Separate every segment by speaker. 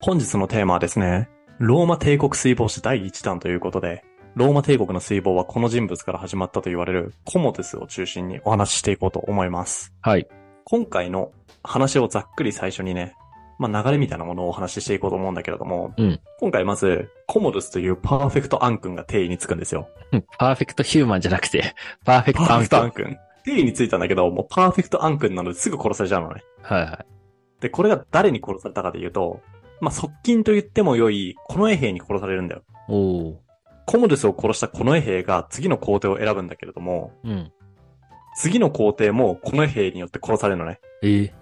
Speaker 1: 本日のテーマはですね、ローマ帝国水防史第1弾ということで、ローマ帝国の水防はこの人物から始まったと言われるコモテスを中心にお話ししていこうと思います。
Speaker 2: はい。
Speaker 1: 今回の話をざっくり最初にね、まあ、流れみたいなものをお話ししていこうと思うんだけれども、
Speaker 2: うん
Speaker 1: 今回まず、コモドスというパーフェクトアン君が定位につくんですよ。
Speaker 2: パーフェクトヒューマンじゃなくて、 パーフェク
Speaker 1: パ
Speaker 2: ト
Speaker 1: ー
Speaker 2: ア
Speaker 1: フェ
Speaker 2: ン
Speaker 1: ク
Speaker 2: ク
Speaker 1: トアン君。定位についたんだけど、もうパーフェクトアン君なのですぐ殺されちゃうのね。
Speaker 2: はいはい。
Speaker 1: で、これが誰に殺されたかで言うと、まあ、側近と言っても良い、この衛兵に殺されるんだよ。
Speaker 2: おお。
Speaker 1: コモデスを殺したこの衛兵が次の皇帝を選ぶんだけれども、
Speaker 2: うん。
Speaker 1: 次の皇帝もこの衛兵によって殺されるのね。
Speaker 2: ええ。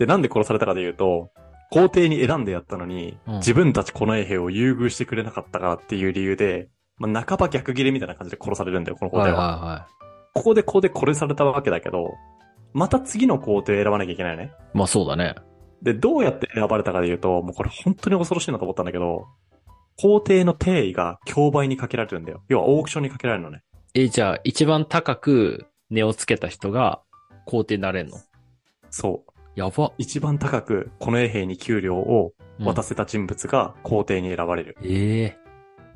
Speaker 1: で、なんで殺されたかで言うと、皇帝に選んでやったのに、
Speaker 2: うん
Speaker 1: 自分たちこの衛兵を優遇してくれなかったからっていう理由で、まあ、半ば逆切れみたいな感じで殺されるんだよ、この皇
Speaker 2: はいは
Speaker 1: 帝
Speaker 2: い
Speaker 1: は。
Speaker 2: は
Speaker 1: ここで皇帝これされたわけだけど、また次の皇帝を選ばなきゃいけないよね。
Speaker 2: い。まあそうだね。
Speaker 1: で、どうやって選ばれたかで言うと、もうこれ本当に恐ろしいなと思ったんだけど、皇帝の定位が競売にかけられるんだよ。要はオークションにかけられるのね。
Speaker 2: え、じゃあ一番高く値をつけた人が皇帝になれんの
Speaker 1: そう。
Speaker 2: やば。
Speaker 1: 一番高く、この衛兵に給料を渡せた人物が皇帝に選ばれる。
Speaker 2: ええ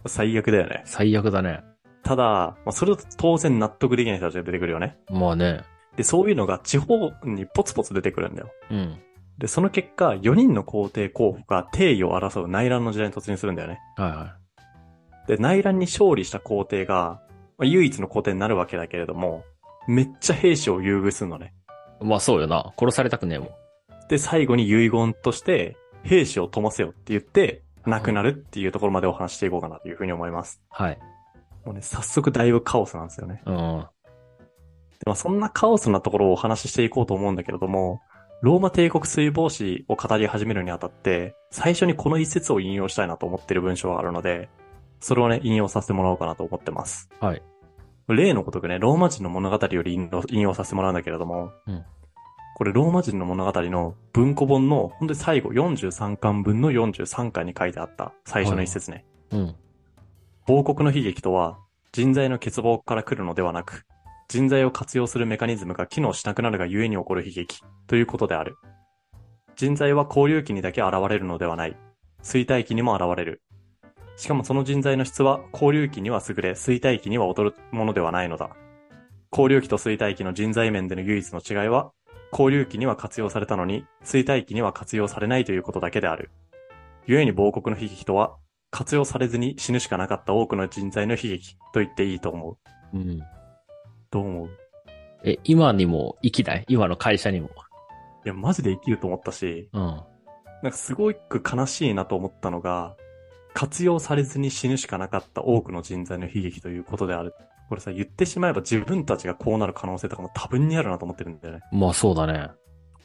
Speaker 1: 最悪だよね。
Speaker 2: 最悪だね。
Speaker 1: ただ、まあ、それだと当然納得できない人たちが出てくるよね。
Speaker 2: まあね。
Speaker 1: で、そういうのが地方にポツポツ出てくるんだよ。
Speaker 2: うん。
Speaker 1: で、その結果、4人の皇帝候補が定位を争う内乱の時代に突入するんだよね。
Speaker 2: はいは
Speaker 1: で、内乱に勝利した皇帝が、まあ唯一の皇帝になるわけだけれども、めっちゃ兵士を優遇するのね。
Speaker 2: い。まあそうよな。殺されたくねえもん。
Speaker 1: で、最後に遺言として、兵士を飛ませよって言って、亡くなるっていうところまでお話ししていこうかなというふうに思います。
Speaker 2: はい。
Speaker 1: もうね、早速だいぶカオスなんですよね。
Speaker 2: うん。は
Speaker 1: で、まあそんなカオスなところをお話ししていこうと思うんだけれども、ローマ帝国水防史を語り始めるにあたって、最初にこの一節を引用したいなと思ってる文章があるので、それをね、引用させてもらおうかなと思ってます。
Speaker 2: い。
Speaker 1: 例のごとくね、ローマ人の物語より引用引用させてもらうんだけれども、
Speaker 2: うん
Speaker 1: これローマ人の物語の文庫本の、本当に最後43巻分の43巻に書いてあった最初の一節ね。
Speaker 2: うん。
Speaker 1: 亡国の悲劇とは、人材の欠乏から来るのではなく、人材を活用するメカニズムが機能しなくなるがゆえに起こる悲劇ということである。人材は交流期にだけ現れるのではない。衰退期にも現れる。しかもその人材の質は交流期には優れ、衰退期には劣るものではないのだ。交流期と衰退期の人材面での唯一の違いは、交流期には活用されたのに、衰退期には活用されないということだけである。故に亡国の悲劇とは、活用されずに死ぬしかなかった多くの人材の悲劇と言っていいと思う。
Speaker 2: うん。
Speaker 1: どう思うい
Speaker 2: え、今にも生きない今の会社にも。
Speaker 1: や、マジで生きると思ったし、
Speaker 2: うん。
Speaker 1: なんかすごく悲しいなと思ったのが、活用されずに死ぬしかなかった多くの人材の悲劇ということである。これさ、言ってしまえば自分たちがこうなる可能性とかも多分にあるなと思ってるんだよね。
Speaker 2: まあそうだね。はい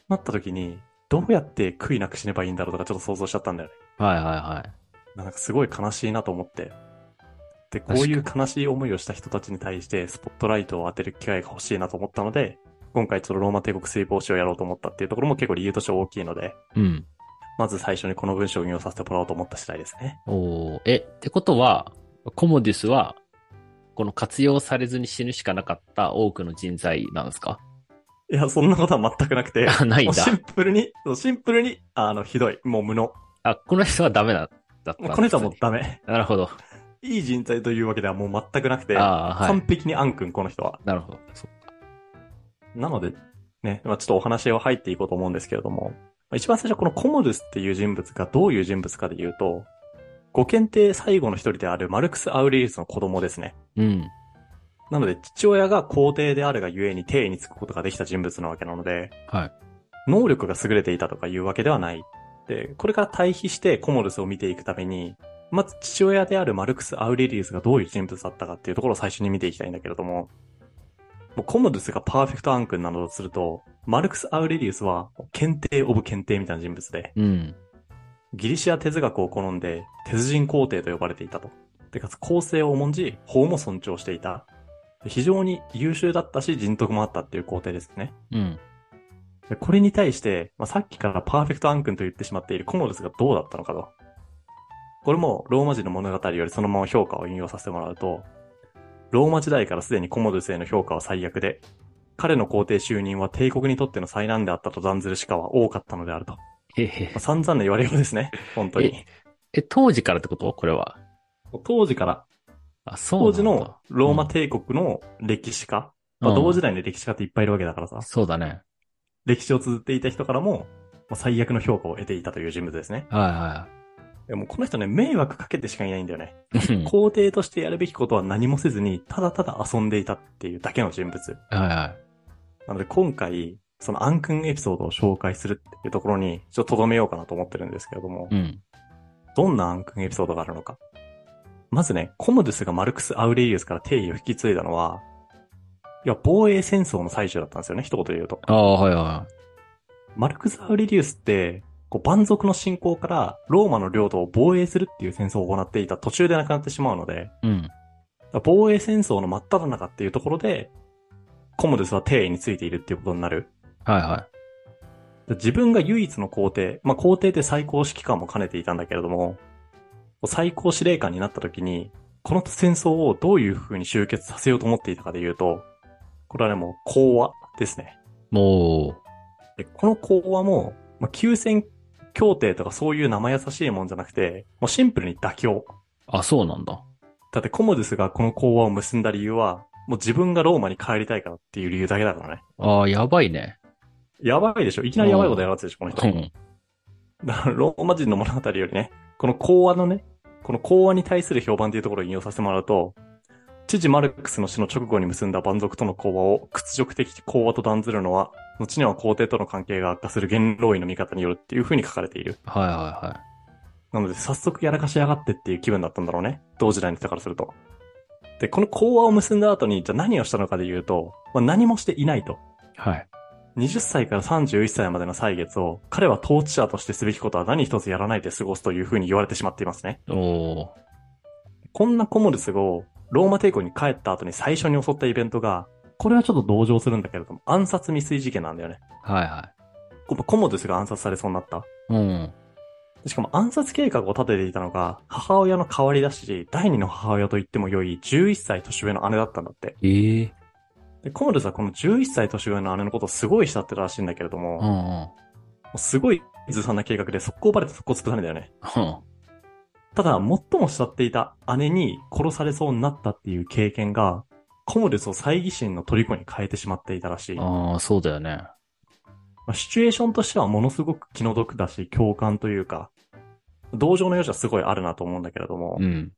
Speaker 1: なった時に、どうやって悔いなく死ねばいいんだろうとかちょっと想像しちゃったんだよね。
Speaker 2: はいはい。
Speaker 1: なんかすごい悲しいなと思って。で、こういう悲しい思いをした人たちに対してスポットライトを当てる機会が欲しいなと思ったので、今回ちょっとローマ帝国水防止をやろうと思ったっていうところも結構理由として大きいので、
Speaker 2: うん。
Speaker 1: まず最初にこの文章を引用させてもらおうと思った次第ですね。
Speaker 2: おーえ、ってことは、コモディスは、この活用されずに死ぬしかなかった多くの人材なんですか
Speaker 1: いや、そんなことは全くなくて、
Speaker 2: あ、ないん
Speaker 1: もう
Speaker 2: だ
Speaker 1: シ。ンプルに、そうシンプルに、あの、ひどい。もう無能。
Speaker 2: あ、この人はダメだ、だったん
Speaker 1: もう
Speaker 2: だ。
Speaker 1: この人はもう
Speaker 2: 普通
Speaker 1: ダメ。
Speaker 2: になるほど。
Speaker 1: いい人材というわけではもう全くなくて、
Speaker 2: ああ、はい
Speaker 1: 完。璧にアン君、この人は。
Speaker 2: なるほど。そ
Speaker 1: なので、ね、まあ、ちょっとお話を入っていこうと思うんですけれども、まあ一番最初このコモドゥスっていう人物がどういう人物かで言うと、ご検定最後の一人であるマルクス・アウレリウスの子供ですね。
Speaker 2: うん。
Speaker 1: なので、父親が皇帝であるがゆえに帝位につくことができた人物なわけなので、
Speaker 2: はい。
Speaker 1: 能力が優れていたとかいうわけではない。で、これから対比してコモドゥスを見ていくために、まず父親であるマルクス・アウレリウスがどういう人物だったかっていうところを最初に見ていきたいんだけれども、もうコモドゥスがパーフェクトアン君なのだとすると、マルクス・アウレリウスは検定オブ検定みたいな人物で、
Speaker 2: うん。
Speaker 1: ギリシア哲学を好んで、鉄人皇帝と呼ばれていたと。で、かつ公正を重んじ、法も尊重していた。で非常に優秀だったし、人徳もあったっていう皇帝ですね。
Speaker 2: うん。
Speaker 1: でこれに対して、まあ、さっきからパーフェクトアン君と言ってしまっているコモルスがどうだったのかと。これもローマ人の物語よりそのまま評価を引用させてもらうと、ローマ時代からすでにコモルスへの評価は最悪で、彼の皇帝就任は帝国にとっての災難であったと断ずるしかは多かったのであると。
Speaker 2: へへ
Speaker 1: まあ、。散々な言われようです ね。本当に。
Speaker 2: え、当時からってことこれは。
Speaker 1: 当時から、
Speaker 2: あ、そうな
Speaker 1: 当
Speaker 2: んだ。
Speaker 1: 時のローマ帝国の歴史家、まあ、
Speaker 2: うん
Speaker 1: 同時代の歴史家っていっぱいいるわけだからさ、
Speaker 2: そうだね。
Speaker 1: 歴史を綴っていた人からも、まあ最悪の評価を得ていたという人物ですね。
Speaker 2: はい
Speaker 1: やもうこの人ね、迷惑かけてしかいないんだよね。
Speaker 2: いはい。うん
Speaker 1: 皇帝としてやるべきことは何もせずに、ただただ遊んでいたっていうだけの人物。
Speaker 2: はいは
Speaker 1: なので今回、その暗君エピソードを紹介するっていうところに、ちょっと留めようかなと思ってるんですけれども、
Speaker 2: い。うん。
Speaker 1: どんな暗君エピソードがあるのか。まずね、コモドゥスがマルクス・アウレリウスから定義を引き継いだのは、いや、防衛戦争の最中だったんですよね、一言で言うと。
Speaker 2: ああ、はいは
Speaker 1: マルクス・アウレリウスって、こう、蛮族の侵攻からローマの領土を防衛するっていう戦争を行っていた途中で亡くなってしまうので、
Speaker 2: い。うん。
Speaker 1: 防衛戦争の真っ只中っていうところで、コモドゥスは帝位についているっていうことになる。
Speaker 2: はいは
Speaker 1: 自分が唯一の皇帝、まあ、皇帝って最高指揮官も兼ねていたんだけれども、最高司令官になった時に、この戦争をどういう風に終結させようと思っていたかで言うと、これはね、もう講和ですね。
Speaker 2: い。も
Speaker 1: で、この講和も、まあ、休戦協定とかそういう生優しいもんじゃなくて、もうシンプルに妥協。
Speaker 2: う、あ、そうなんだ。
Speaker 1: だってコモデュスがこの講和を結んだ理由は、もう自分がローマに帰りたいからっていう理由だけだからね。
Speaker 2: ああ、やばいね。
Speaker 1: やばいでしょいきなりやばいことやられてるでしょこの
Speaker 2: う
Speaker 1: 人。
Speaker 2: ん。
Speaker 1: だからローマ人の物語よりね、この講和のね、この講和に対する評判というところを引用させてもらうと、父マルクスの死の直後に結んだ蛮族との講和を屈辱的講和と断ずるのは、後には皇帝との関係が悪化する元老院の見方によるっていう風に書かれている。
Speaker 2: はいはいはい。
Speaker 1: なので、早速やらかしやがってっていう気分だったんだろうね。同時代の人からすると。で、この講和を結んだ後に、じゃあ何をしたのかで言うと、まあ、何もしていないと。
Speaker 2: はい。
Speaker 1: 20歳から31歳までの歳月を、彼は統治者としてすべきことは何一つやらないで過ごすというふうに言われてしまっていますね。
Speaker 2: おー。
Speaker 1: こんなコモルスを、ローマ帝国に帰った後に最初に襲ったイベントが、これはちょっと同情するんだけれども、暗殺未遂事件なんだよね。
Speaker 2: はいは
Speaker 1: こコモルスが暗殺されそうになった。
Speaker 2: い。うん。
Speaker 1: しかも暗殺計画を立てていたのが、母親の代わりだし、第二の母親と言っても良い11歳年上の姉だったんだって。
Speaker 2: ええ
Speaker 1: で、コモルスはこの11歳年上の姉のことをすごい慕ってたらしいんだけれども、
Speaker 2: うんうん。
Speaker 1: もうすごいずさんな計画で速攻バレて速攻潰されたんだよね。
Speaker 2: うん。
Speaker 1: ただ、最も慕っていた姉に殺されそうになったっていう経験が、コモルスを猜疑心の虜に変えてしまっていたらしい。ま
Speaker 2: ああ、そうだよね。
Speaker 1: あ、シチュエーションとしてはものすごく気の毒だし、共感というか、同情の余地はすごいあるなと思うんだけれども、
Speaker 2: うん。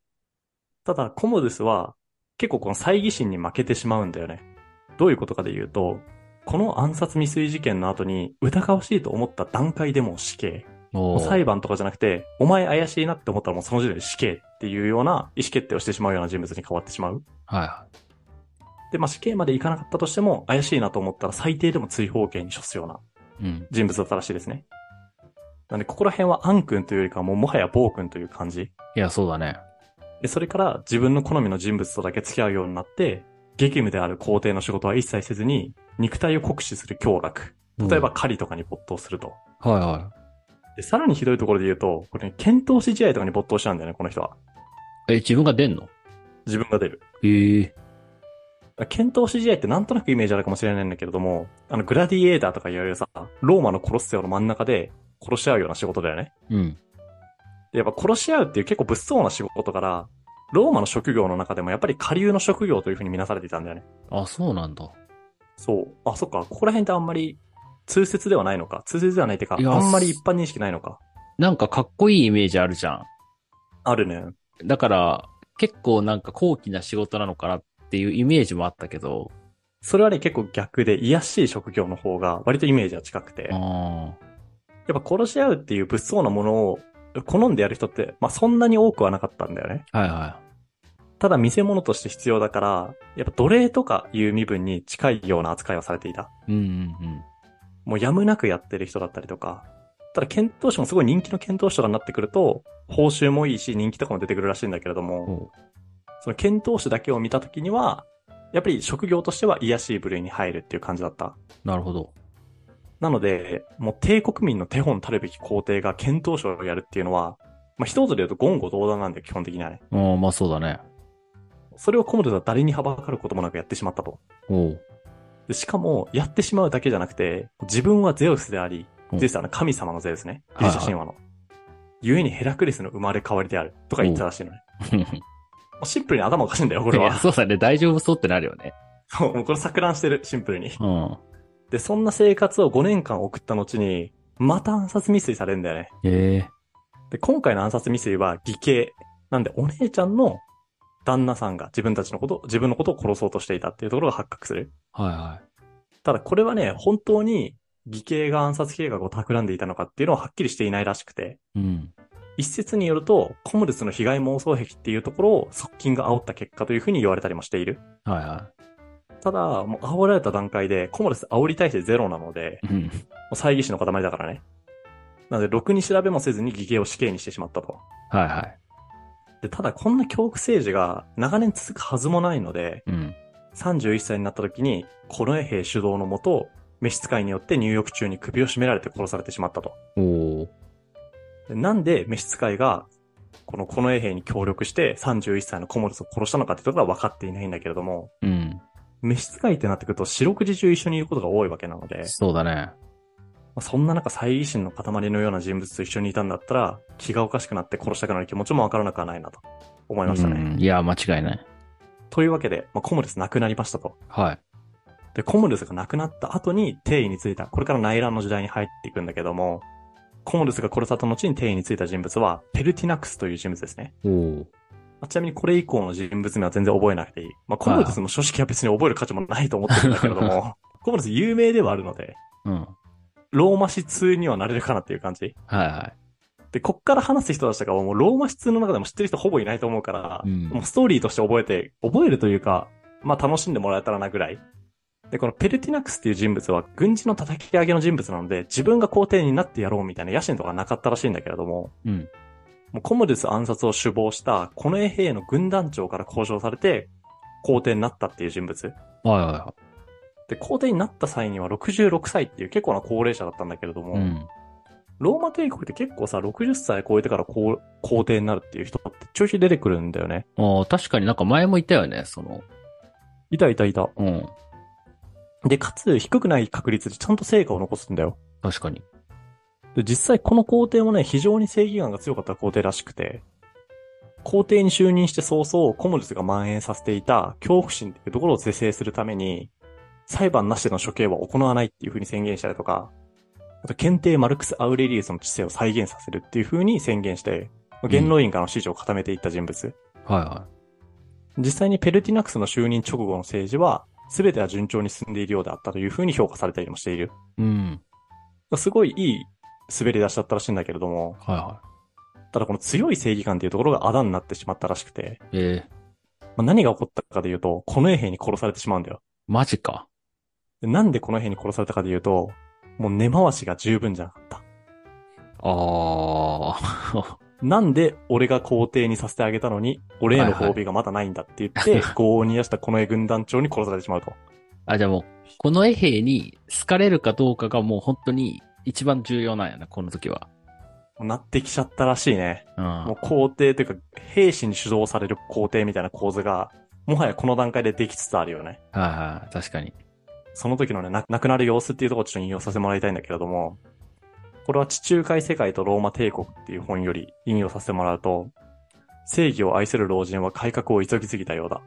Speaker 1: ただ、コモデスは、結構この猜疑心に負けてしまうんだよね。どういうことかで言うと、この暗殺未遂事件の後に疑わしいと思った段階でもう死刑。
Speaker 2: お
Speaker 1: もう裁
Speaker 2: ー。
Speaker 1: 判とかじゃなくて、お前怪しいなって思ったらもうその時点で死刑っていうような意思決定をしてしまうような人物に変わってしまう。
Speaker 2: はいはい。
Speaker 1: で、まあ死刑までいかなかったとしても、怪しいなと思ったら最低でも追放権に処すような
Speaker 2: うん。
Speaker 1: 人物だったらしいですね。なんで、ここら辺はアン君というよりかはもうもはや暴君という感じ。
Speaker 2: いや、そうだね。
Speaker 1: で、それから自分の好みの人物とだけ付き合うようになって、激務である皇帝の仕事は一切せずに、肉体を酷使する凶楽。例えば狩りとかに没頭すると。
Speaker 2: うん。はいは
Speaker 1: で、さらにひどいところで言うと、これ、ね、剣闘士試合とかに没頭しちゃうんだよね、この人は。
Speaker 2: い。え、自分が出んの
Speaker 1: 自分が出る。
Speaker 2: ええ
Speaker 1: 剣闘士試合ってなんとなくイメージあるかもしれないんだけれども、あの、グラディエーターとか言われるさ、ローマのコロッセオの真ん中で殺し合うような仕事だよね。
Speaker 2: うん。
Speaker 1: で、やっぱ殺し合うっていう結構物騒な仕事から、ローマの職業の中でもやっぱり下流の職業というふうに見なされていたんだよね。
Speaker 2: あ、そうなんだ。
Speaker 1: そう。あ、そっか。ここら辺ってあんまり通説ではないのか。通説ではないってか、
Speaker 2: いや
Speaker 1: あんまり一般認識ないのか。
Speaker 2: なんかかっこいいイメージあるじゃん。
Speaker 1: あるね。
Speaker 2: だから、結構なんか高貴な仕事なのかなっていうイメージもあったけど。
Speaker 1: それはね、結構逆で、癒やしい職業の方が割とイメージは近くて、やっ
Speaker 2: あ
Speaker 1: ぱ殺し合うっていう物騒なものを好んでやる人って、まあそんなに多くはなかったんだよね。
Speaker 2: あ。はいは
Speaker 1: ただ見せ物として必要だから、やっぱ奴隷とかいう身分に近いような扱いはされていた。
Speaker 2: い。うんうんうん。
Speaker 1: もうやむなくやってる人だったりとか、ただ検討士もすごい人気の検討士とかになってくると、報酬もいいし人気とかも出てくるらしいんだけれども、
Speaker 2: おう
Speaker 1: その剣闘士だけを見たときには、やっぱり職業としては癒やしい部類に入るっていう感じだった。
Speaker 2: なるほど。
Speaker 1: なので、もう帝国民の手本たるべき皇帝が剣闘士をやるっていうのは、まあ、一言で言うと言語道断なんで基本的にはね。
Speaker 2: うん、まあそうだね。
Speaker 1: それをコモドは誰にはばかることもなくやってしまったと。
Speaker 2: おう
Speaker 1: でしかも、やってしまうだけじゃなくて、自分はゼウスであり、
Speaker 2: うん
Speaker 1: ゼウスはあの神様のゼウスね。ギリ
Speaker 2: はいはい
Speaker 1: シャ神話の。ゆえにヘラクレスの生まれ変わりである。とか言ってたらしいのね。 もうシンプルに頭おかしいんだよ、これ
Speaker 2: いや
Speaker 1: は。
Speaker 2: そうだね、大丈夫そうってなるよね。
Speaker 1: そう、 もうこれ錯乱してる、シンプルに。
Speaker 2: うん。
Speaker 1: で、そんな生活を5年間送った後に、また暗殺未遂されるんだよね。
Speaker 2: ええ
Speaker 1: で、今回の暗殺未遂は偽計。なんで、お姉ちゃんの旦那さんが自分たちのこと、自分のことを殺そうとしていたっていうところが発覚する。
Speaker 2: はいは
Speaker 1: ただ、これはね、本当に偽計が暗殺計画を企んでいたのかっていうのははっきりしていないらしくて、
Speaker 2: い。うん。
Speaker 1: 一説によると、コムルスの被害妄想癖っていうところを側近が煽った結果というふうに言われたりもしている。
Speaker 2: はいは
Speaker 1: ただ、もう煽られた段階で、コムルス煽り対してゼロなので、
Speaker 2: い。うん。
Speaker 1: もう猜疑心の塊だからね。なので、ろくに調べもせずに偽計を死刑にしてしまったと。
Speaker 2: はいはい。
Speaker 1: で、ただこんな教育政治が長年続くはずもないので、
Speaker 2: うん。
Speaker 1: 31歳になった時に、コロエ兵主導のもと、召使いによって入浴中に首を絞められて殺されてしまったと。
Speaker 2: おお。
Speaker 1: でなんで召使いが、このコロエ兵に協力して31歳のコモルスを殺したのかってところは分かっていないんだけれども、
Speaker 2: うん。
Speaker 1: 召使いってなってくると四六時中一緒にいることが多いわけなので、
Speaker 2: そうだね。
Speaker 1: まあそんな中、猜疑心の塊のような人物と一緒にいたんだったら、気がおかしくなって殺したくなる気持ちもわからなくはないなと思いましたね。
Speaker 2: うん。いや、間違いない。
Speaker 1: というわけで、まあ、コムルス亡くなりましたと。
Speaker 2: はい。
Speaker 1: で、コムルスが亡くなった後に帝位についた、これから内乱の時代に入っていくんだけども、コムルスが殺された後に帝位についた人物は、ペルティナクスという人物ですね。
Speaker 2: おお。
Speaker 1: まあちなみにこれ以降の人物名は全然覚えなくていい。まあ、コムルスの書式は別に覚える価値もないと思ってるんだけれども、 コムルス有名ではあるので、
Speaker 2: うん。はい
Speaker 1: ローマ史通にはなれるかなっていう感じ。
Speaker 2: は
Speaker 1: で、こっから話す人たちとかはもうローマ史通の中でも知ってる人ほぼいないと思うから、
Speaker 2: うん
Speaker 1: もうストーリーとして覚えて、覚えるというか、まあ楽しんでもらえたらなぐらい。で、このペルティナクスっていう人物は軍事の叩き上げの人物なので、自分が皇帝になってやろうみたいな野心とかなかったらしいんだけれども、
Speaker 2: い。うん。
Speaker 1: もうコムデス暗殺を首謀した、この衛兵の軍団長から交渉されて、皇帝になったっていう人物。
Speaker 2: はいは
Speaker 1: で、皇帝になった際には66歳っていう結構な高齢者だったんだけれども、
Speaker 2: いはい。うん。
Speaker 1: ローマ帝国って結構さ、60歳超えてから皇皇帝になるっていう人って調子出てくるんだよね。
Speaker 2: ああ、確かになんか前も言ったよね、その。
Speaker 1: いたいたいた。
Speaker 2: うん。
Speaker 1: で、かつ低くない確率でちゃんと成果を残すんだよ。
Speaker 2: 確かに。
Speaker 1: で、実際この皇帝もね、非常に正義感が強かった皇帝らしくて、皇帝に就任して早々、コモルスが蔓延させていた恐怖心っていうところを是正するために、裁判なしでの処刑は行わないっていう風に宣言したりとか、あと、検定マルクス・アウレリウスの知性を再現させるっていう風に宣言して、元老院からの支持を固めていった人物。
Speaker 2: はいは
Speaker 1: 実際にペルティナクスの就任直後の政治は、すべては順調に進んでいるようであったというふうに評価されたりもしている。
Speaker 2: い。うん。
Speaker 1: すごいいい滑り出しだったらしいんだけれども、
Speaker 2: はいは
Speaker 1: ただこの強い正義感っていうところがあだになってしまったらしくて、
Speaker 2: い。ええ
Speaker 1: まあ、何が起こったかで言うと、この衛兵に殺されてしまうんだよ。
Speaker 2: マジか。
Speaker 1: でなんでこの兵に殺されたかで言うと、もう根回しが十分じゃなかった。
Speaker 2: ああ。
Speaker 1: なんで俺が皇帝にさせてあげたのに、俺への褒美がまだないんだ って言って、合意に出したこの衛軍団長に殺されてしまうと。
Speaker 2: あ、じゃあもう、この衛兵に好かれるかどうかがもう本当に一番重要なんやな、この時は。
Speaker 1: なってきちゃったらしいね。
Speaker 2: うん。
Speaker 1: もう皇帝というか、兵士に主導される皇帝みたいな構図が、もはやこの段階でできつつあるよね。
Speaker 2: はいはい。確かに。
Speaker 1: その時のね、な亡くなる様子っていうところをちょっと引用させてもらいたいんだけれども、これは地中海世界とローマ帝国っていう本より引用させてもらうと、正義を愛する老人は改革を急ぎすぎたようだ。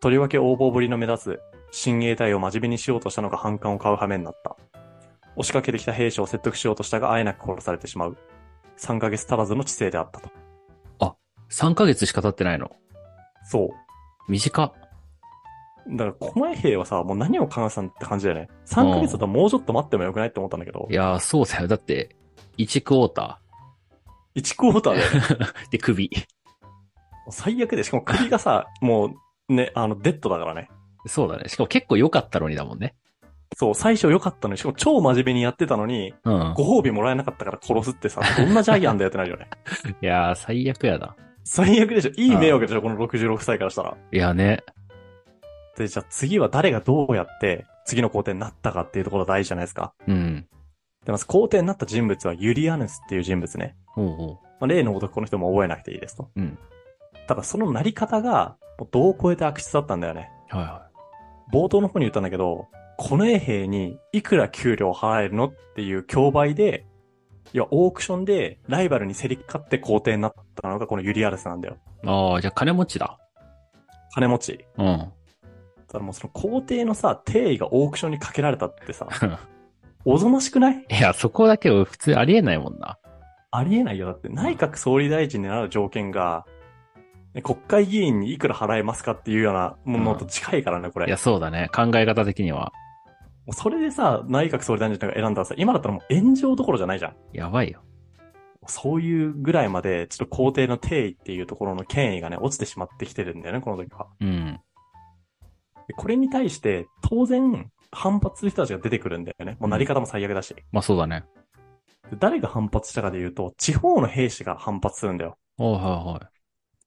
Speaker 1: とりわけ横暴ぶりの目立つ、親衛隊を真面目にしようとしたのが反感を買う羽目になった。押しかけてきた兵士を説得しようとしたが、あえなく殺されてしまう。3ヶ月足らずの知性であったと。
Speaker 2: 3ヶ月しか経ってないの。
Speaker 1: そう。
Speaker 2: 短っ。
Speaker 1: だから、この衛兵はさ、もう何を考えてたんって感じだよね。3ヶ月だともうちょっと待ってもよくないって思ったんだけど
Speaker 2: い、やー、そうだよ。だって、1クォータ
Speaker 1: 1クォーターで、
Speaker 2: ー。で、首。
Speaker 1: 最悪で、しかも首がさ、もうね、あの、デッドだからね。
Speaker 2: そうだね。しかも結構良かったのにだもんね。
Speaker 1: そう、最初良かったのに、しかも超真面目にやってたのに、
Speaker 2: うん。
Speaker 1: ご褒美もらえなかったから殺すってさ、どんなジャイアンだよってなるよね。
Speaker 2: いやー、最悪やな。
Speaker 1: 最悪でしょ。いい迷惑でしょ、この66歳からしたら。
Speaker 2: いやね。
Speaker 1: で、じゃあ次は誰がどうやって、次の皇帝になったかっていうところが大事じゃないですか。
Speaker 2: うん。
Speaker 1: で、まず皇帝になった人物はユリアヌスっていう人物ね。
Speaker 2: おうおう。
Speaker 1: まあ、例のごとくこの人も覚えなくていいですと。
Speaker 2: うん。
Speaker 1: ただそのなり方が、もう度を超えて悪質だったんだよね。
Speaker 2: はいは
Speaker 1: 冒頭の方に言ったんだけど、この衛兵にいくら給料払えるのっていう競売で、いや、オークションでライバルに競り勝って皇帝になったのがこのユリアルスなんだよ。
Speaker 2: ああ、じゃあ金持ちだ。
Speaker 1: 金持ち。
Speaker 2: うん。
Speaker 1: ただもうその皇帝のさ、定位がオークションにかけられたってさ、おぞましくない
Speaker 2: いや、そこだけは普通ありえないもんな。
Speaker 1: ありえないよ。だって内閣総理大臣になる条件が、ね国会議員にいくら払えますかっていうようなものと近いからね、これ。
Speaker 2: いや、そうだね。考え方的には。
Speaker 1: もうそれでさ、内閣総理大臣とか選んだらさ、今だったらもう炎上どころじゃないじゃん。
Speaker 2: やばいよ。
Speaker 1: そういうぐらいまで、ちょっと皇帝の定位っていうところの権威がね、落ちてしまってきてるんだよね、この時は。
Speaker 2: うん。
Speaker 1: でこれに対して、当然、反発する人たちが出てくるんだよね。もうなり方も最悪だし。
Speaker 2: まあそうだね。
Speaker 1: で誰が反発したかで言うと、地方の兵士が反発するんだよ。
Speaker 2: おうは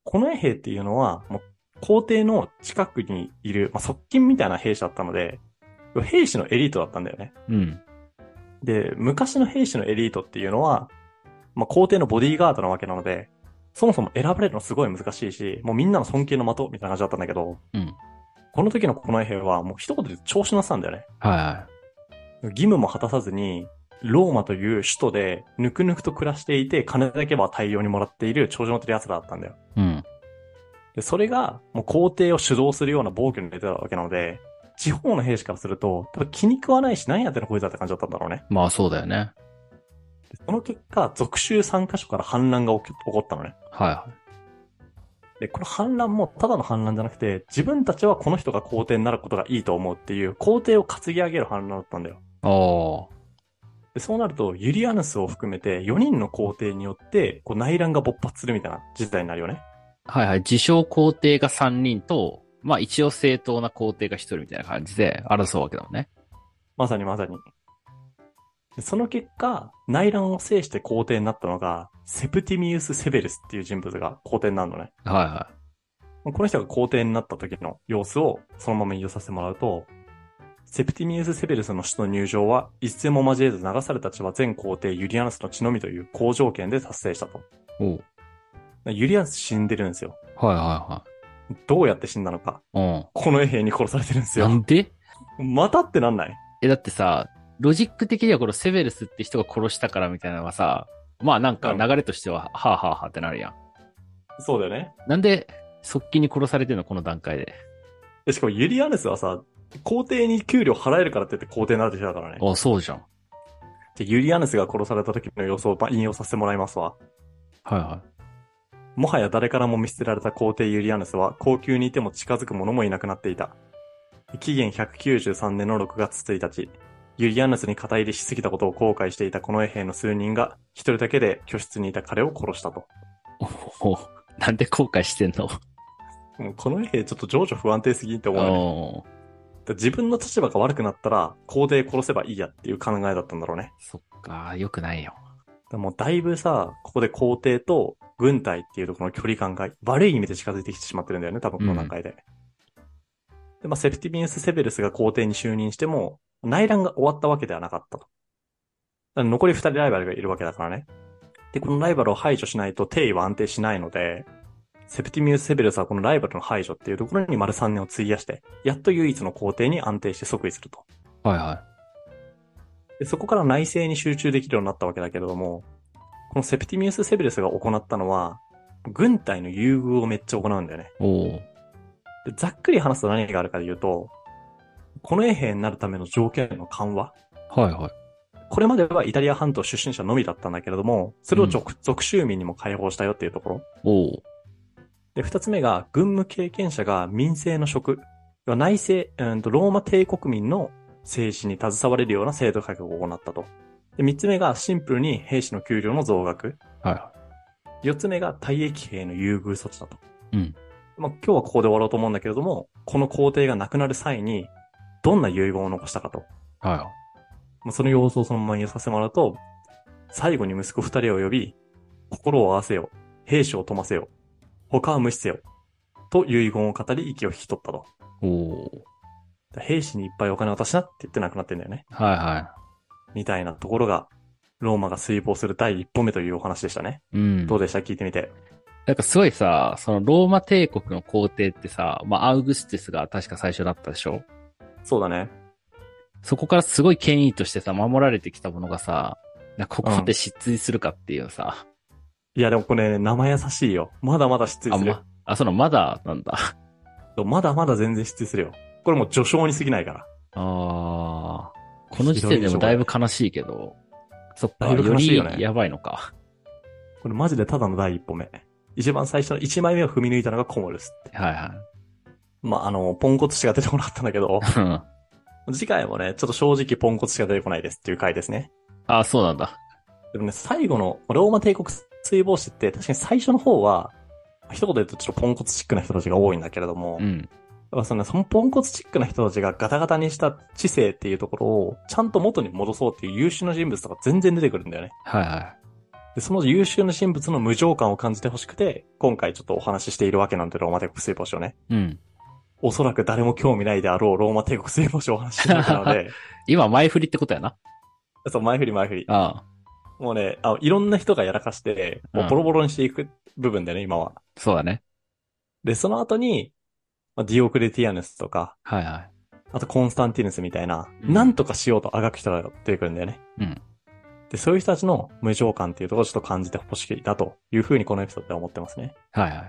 Speaker 1: この衛兵っていうのは、もう、皇帝の近くにいる、まあ、側近みたいな兵士だったので、兵士のエリートだったんだよね。
Speaker 2: いはい。うん。
Speaker 1: で、昔の兵士のエリートっていうのは、まあ、皇帝のボディーガードなわけなので、そもそも選ばれるのすごい難しいし、もうみんなの尊敬の的みたいな感じだったんだけど、
Speaker 2: うん。
Speaker 1: この時の近衛兵はもう一言で調子乗ってたんだよね。
Speaker 2: はいは
Speaker 1: 義務も果たさずに、ローマという首都でぬくぬくと暮らしていて、金だけは大量にもらっている長女の手奴らだったんだよ。
Speaker 2: い。うん。
Speaker 1: で、それが、もう皇帝を主導するような暴挙に出てたわけなので、地方の兵士からすると、多分気に食わないし、何やってんのこいつだって感じだったんだろうね。
Speaker 2: まあそうだよね。
Speaker 1: でその結果、属州3カ所から反乱が起き起こったのね。
Speaker 2: はいはい。
Speaker 1: で、この反乱もただの反乱じゃなくて、自分たちはこの人が皇帝になることがいいと思うっていう、皇帝を担ぎ上げる反乱だったんだよ。
Speaker 2: おー。
Speaker 1: で、そうなると、ユリアヌスを含めて4人の皇帝によって、こう内乱が勃発するみたいな事態になるよね。
Speaker 2: はいはい。自称皇帝が3人と、まあ一応正当な皇帝が1人みたいな感じで争うわけだもんね。
Speaker 1: まさにまさに。でその結果、内乱を制して皇帝になったのが、セプティミウス・セベルスっていう人物が皇帝になるのね。
Speaker 2: はいは
Speaker 1: この人が皇帝になった時の様子をそのまま引用させてもらうと、セプティミウス・セベルスの死と入場は、一戦も交えず流された血は全皇帝ユリアヌスの血のみという好条件で達成したと。
Speaker 2: い。おう。
Speaker 1: ユリアヌス死んでるんですよ。
Speaker 2: はいは
Speaker 1: どうやって死んだのか。
Speaker 2: いはい。
Speaker 1: この衛兵に殺されてるんです
Speaker 2: うん。な
Speaker 1: よ。
Speaker 2: んで
Speaker 1: またってなんない
Speaker 2: え、だってさ、ロジック的にはこのセベルスって人が殺したからみたいなのはさ、まあなんか流れとしては、はあはあはあってなるやん。
Speaker 1: そうだよね。
Speaker 2: なんで、側近に殺されてるのこの段階で。
Speaker 1: でしかもユリアヌスはさ、皇帝に給料払えるからって言って皇帝になる人だからね。
Speaker 2: あ、そうじゃん。
Speaker 1: じゃあユリアヌスが殺された時の様子をば引用させてもらいますわ。
Speaker 2: はいは
Speaker 1: もはや誰からも見捨てられた皇帝ユリアヌスは、皇宮にいても近づく者もいなくなっていた。紀元193年の6月1日、ユリアヌスに肩入りしすぎたことを後悔していたこの衛兵の数人が、一人だけで居室にいた彼を殺したと。
Speaker 2: い。おおなんで後悔してんの
Speaker 1: もうこの衛兵ちょっと情緒不安定すぎって思うよね。
Speaker 2: おー
Speaker 1: 自分の立場が悪くなったら、皇帝殺せばいいやっていう考えだったんだろうね。
Speaker 2: そっか、よくないよ。
Speaker 1: でもうだいぶさ、ここで皇帝と軍隊っていうところの距離感が悪い意味で近づいてきてしまってるんだよね、多分この段階で。で、まあ、セプティミウス・セベルスが皇帝に就任しても、内乱が終わったわけではなかったと。だから残り二人ライバルがいるわけだからね。で、このライバルを排除しないと定位は安定しないので、セプティミウス・セベルスはこのライバルの排除っていうところに丸3年を費やして、やっと唯一の皇帝に安定して即位すると。
Speaker 2: はいは
Speaker 1: で、そこから内政に集中できるようになったわけだけれども、このセプティミウス・セベルスが行ったのは、軍隊の優遇をめっちゃ行うんだよね。
Speaker 2: い。おお
Speaker 1: でざっくり話すと何があるかで言うと、この衛兵になるための条件の緩和。
Speaker 2: はいはい。
Speaker 1: これまではイタリア半島出身者のみだったんだけれども、それを直、属州民にも解放したよっていうところ。
Speaker 2: おお
Speaker 1: で、二つ目が、軍務経験者が民政の職、要は内政、うんと、ローマ帝国民の政治に携われるような制度改革を行ったと。で、三つ目が、シンプルに兵士の給料の増額。
Speaker 2: はいは
Speaker 1: 四つ目が、退役兵の優遇措置だと。
Speaker 2: い。うん。
Speaker 1: まあ、今日はここで終わろうと思うんだけれども、この皇帝が亡くなる際に、どんな遺言を残したかと。
Speaker 2: はいは
Speaker 1: まあ、その様子をそのまま言させてもらうと、最後に息子二人を呼び、心を合わせよ、兵士を富ませよ、他は無視せよ、と遺言を語り息を引き取ったと。
Speaker 2: い。おお
Speaker 1: 兵士にいっぱいお金渡しなって言って亡くなってんだよね。
Speaker 2: はいは
Speaker 1: みたいなところが、ローマが水亡する第一歩目というお話でしたね。
Speaker 2: い。うん。
Speaker 1: どうでした聞いてみて。
Speaker 2: なんかすごいさ、そのローマ帝国の皇帝ってさ、まあアウグスティスが確か最初だったでしょ
Speaker 1: そうだね。
Speaker 2: そこからすごい権威としてさ、守られてきたものがさ、なここで失墜するかっていうさ、
Speaker 1: いや、でもこれね、生優しいよ。まだまだ失
Speaker 2: あ、
Speaker 1: 墜する。
Speaker 2: ま、あ、そのまだなんだ。
Speaker 1: そうまだまだ全然失墜するよ。これもう序章に過ぎないから。
Speaker 2: ああ、この時点でもだいぶ悲しいけど、そっか、
Speaker 1: だいぶ
Speaker 2: よ
Speaker 1: 悲しい
Speaker 2: り
Speaker 1: よね
Speaker 2: やばいのか。
Speaker 1: これマジでただの第一歩目。一番最初の一枚目を踏み抜いたのがコモルスって。
Speaker 2: はいは
Speaker 1: まあ、あの、ポンコツしか出てこなかったんだけど、
Speaker 2: いうん。
Speaker 1: 次回もね、ちょっと正直ポンコツしか出てこないですっていう回ですね。
Speaker 2: あそうなんだ。
Speaker 1: でもね、最後の、ローマ帝国追亡史って確かに最初の方は、一言で言うとちょっとポンコツチックな人たちが多いんだけれども、
Speaker 2: うん。
Speaker 1: まあそのそのポンコツチックな人たちがガタガタにした知性っていうところをちゃんと元に戻そうっていう優秀な人物とか全然出てくるんだよね。
Speaker 2: はいは
Speaker 1: で、その優秀な人物の無情感を感じてほしくて、今回ちょっとお話ししているわけなんで、ローマ帝国水防史をね。
Speaker 2: い。うん。
Speaker 1: おそらく誰も興味ないであろうローマ帝国水防史をお話ししてるので、
Speaker 2: 今、前振りってことやな。
Speaker 1: そう、前振り前振り。
Speaker 2: ああ、
Speaker 1: もうね、あいろんな人がやらかして、もうボロボロにしていく部分だよね、今は。
Speaker 2: そうだね。
Speaker 1: で、その後に、まあディオクレティアヌスとか、
Speaker 2: はいはい。
Speaker 1: あとコンスタンティヌスみたいな、
Speaker 2: うん
Speaker 1: なんとかしようとあがく人が出てくるんだよね。
Speaker 2: うん。
Speaker 1: で、そういう人たちの無情感っていうところをちょっと感じてほしいなというふうにこのエピソードでは思ってますね。
Speaker 2: はいはい。
Speaker 1: ま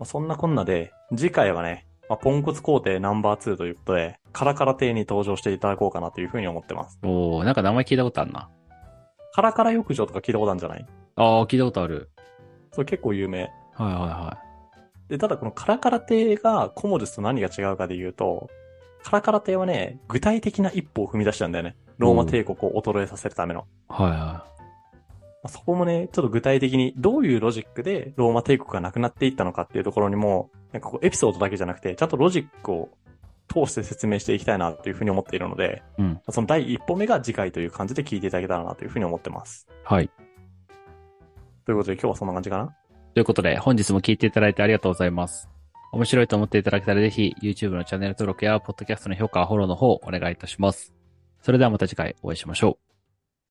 Speaker 1: あ、そんなこんなで、次回はね、まあ、ポンコツ皇帝ナンバー2ということで、カラカラ帝に登場していただこうかなというふうに思ってます。
Speaker 2: おおなんか名前聞いたことあるな。
Speaker 1: カラカラ浴場とか聞いたことあるんじゃない
Speaker 2: ああ、聞いたことある。
Speaker 1: それ結構有名。
Speaker 2: はいはいは
Speaker 1: で、ただこのカラカラ帝がコモルスと何が違うかで言うと、カラカラ帝はね、具体的な一歩を踏み出したんだよね。ローマ帝国を衰えさせるための。
Speaker 2: い。はいは
Speaker 1: まあそこもね、ちょっと具体的にどういうロジックでローマ帝国がなくなっていったのかっていうところにも、なんかこうエピソードだけじゃなくて、ちゃんとロジックを通して説明していきたいなというふうに思っているので、
Speaker 2: い。うん。
Speaker 1: その第一歩目が次回という感じで聞いていただけたらなというふうに思ってます。
Speaker 2: はい。
Speaker 1: ということで今日はそんな感じかな
Speaker 2: ということで、本日も聞いていただいてありがとうございます。面白いと思っていただけたらぜひ、YouTube のチャンネル登録や、ポッドキャストの評価、フォローの方、お願いいたします。それではまた次回お会いしましょう。